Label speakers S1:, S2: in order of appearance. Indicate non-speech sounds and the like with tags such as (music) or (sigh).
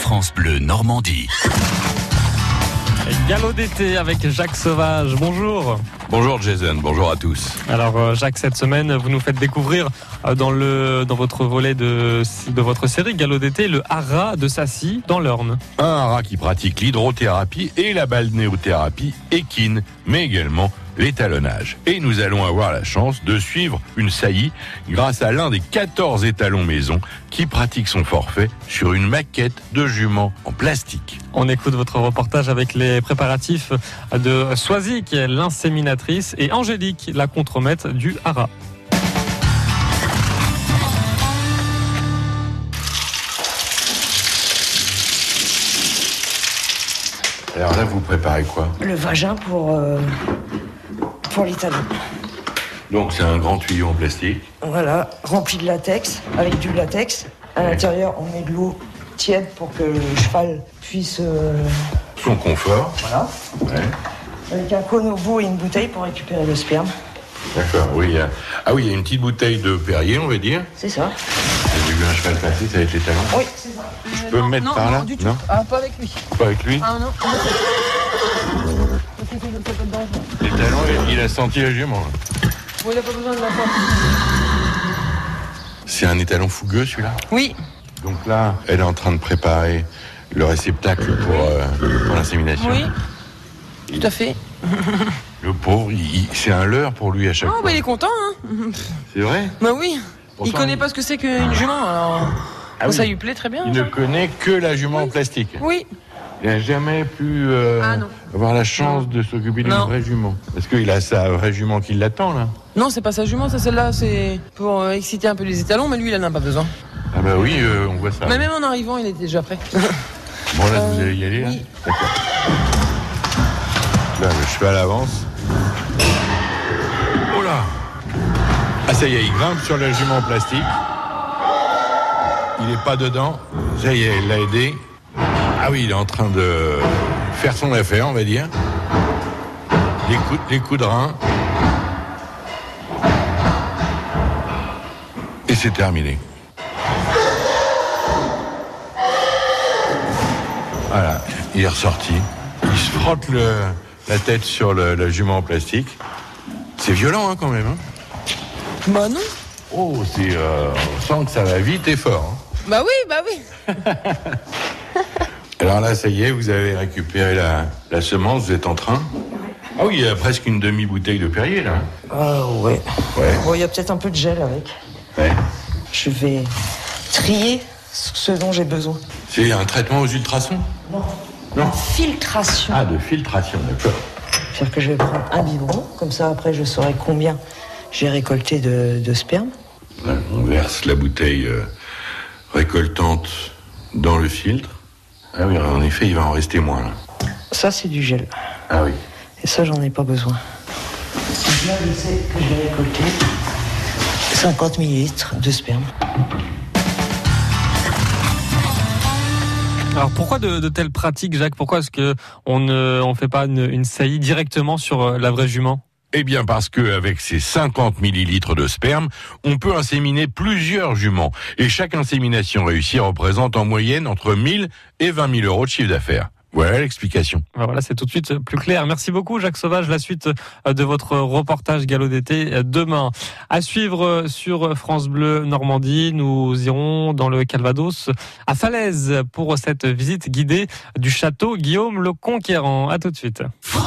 S1: France Bleu Normandie.
S2: Galop d'été avec Jacques Sauvage. Bonjour.
S3: Bonjour Jason, bonjour à tous.
S2: Alors euh, Jacques, cette semaine, vous nous faites découvrir euh, dans le dans votre volet de de votre série Galop d'été le haras de Sassy dans l'Orne.
S3: Un haras qui pratique l'hydrothérapie et la balnéothérapie équine, mais également l'étalonnage. Et nous allons avoir la chance de suivre une saillie grâce à l'un des 14 étalons maison qui pratique son forfait sur une maquette de jument en plastique.
S2: On écoute votre reportage avec les préparatifs de Soisy qui est l'inséminatrice et Angélique la contremaître du haras.
S3: Alors là, vous préparez quoi
S4: Le vagin pour, euh, pour les talons.
S3: Donc c'est un grand tuyau en plastique.
S4: Voilà, rempli de latex, avec du latex. À
S3: Ouais.
S4: l'intérieur, on met de l'eau tiède pour que le cheval puisse. euh,
S3: Son confort.
S4: voilà.
S3: Ouais,
S4: Avec un cône au bout et une bouteille pour récupérer le sperme.
S3: D'accord, oui. il y a- Ah oui, il y a une petite bouteille de Perrier, on va dire.
S4: C'est ça
S3: J'ai vu un cheval passer, ça va être les talons.
S4: Oui, c'est ça.
S3: Je peux me mettre
S5: non,
S3: par là
S5: non, du tout.
S3: Non
S5: Ah, pas avec lui.
S3: Pas avec lui
S5: Ah non.
S3: Les talons, il- il a senti la jument. là.
S5: Bon, il a pas besoin de la porte.
S3: C'est un étalon fougueux celui-là
S5: Oui.
S3: Donc là, elle est en train de préparer le réceptacle pour, euh, pour l'insémination.
S5: Oui. Tout à fait.
S3: Le pauvre, il- il- c'est un leurre pour lui à chaque
S5: Oh,
S3: fois.
S5: bah il est content, hein.
S3: C'est vrai
S5: Bah oui. il
S3: Pourtant,
S5: connaît pas ce que c'est qu'une jument, alors.
S3: Ah oui.
S5: Ça lui plaît très bien.
S3: Il ne connaît que la jument en plastique.
S5: Oui.
S3: Il n'a jamais pu euh,
S5: Ah, non.
S3: avoir la chance de s'occuper d'une
S5: Non.
S3: vraie jument. Parce qu'il a sa vraie jument qui l'attend là.
S5: Non, c'est pas sa jument, ça, celle-là, c'est pour euh, exciter un peu les étalons, mais lui, il en a pas besoin.
S3: Ah bah oui, euh, on voit ça.
S5: Mais même en arrivant, il était déjà prêt. (laughs)
S3: Bon là, vous allez y aller là
S5: oui.
S3: D'accord. Là, le cheval avance. Oh là Ah ça y est, il grimpe sur le jument en plastique. Il n'est pas dedans. Ça y est, il l'a aidé. Ah oui, il est en train de faire son affaire, on va dire. Les coups, les coups de rein. Et c'est terminé. Voilà, il est ressorti. Il se frotte le- la tête sur le, la jument en plastique. C'est violent hein, quand même. hein.
S5: bah non.
S3: Oh, c'est, euh, on sent que ça va vite et fort. hein.
S5: Bah oui, bah oui.
S3: Alors là, ça y est, vous avez récupéré la, la semence, vous êtes en train. Ah oui, il y a presque une demi-bouteille de Perrier là.
S4: Ah ouais.
S3: Ouais.
S4: Bon, il y a peut-être un peu de gel avec.
S3: Ouais.
S4: Je vais trier ce dont j'ai besoin.
S3: C'est un traitement aux ultrasons Non.
S4: Filtration.
S3: Ah, de filtration, d'accord.
S4: C'est-à-dire que je vais prendre un biberon, comme ça après je saurai combien j'ai récolté de, de sperme.
S3: Voilà, On verse la bouteille euh, récoltante dans le filtre. Ah oui, en effet, il va en rester moins là.
S4: Ça c'est du gel.
S3: Ah oui.
S4: Et ça j'en ai pas besoin. Là je sais que j'ai récolté 50 millilitres de sperme.
S2: Alors pourquoi de, de telles pratiques, Jacques Pourquoi est-ce que on ne on fait pas une, une saillie directement sur euh, la vraie jument
S3: Eh bien parce que avec ces 50 millilitres de sperme, on peut inséminer plusieurs juments et chaque insémination réussie représente en moyenne entre 1000 et 20 000 euros de chiffre d'affaires. Voilà l'explication.
S2: Alors Ben Voilà, c'est tout de suite plus clair. Merci beaucoup, Jacques Sauvage. La suite euh, de votre reportage galop d'été euh, demain. À suivre euh, sur France Bleu Normandie, nous irons dans le Calvados à Falaise pour cette visite guidée du château Guillaume le Conquérant. À tout de suite.
S1: France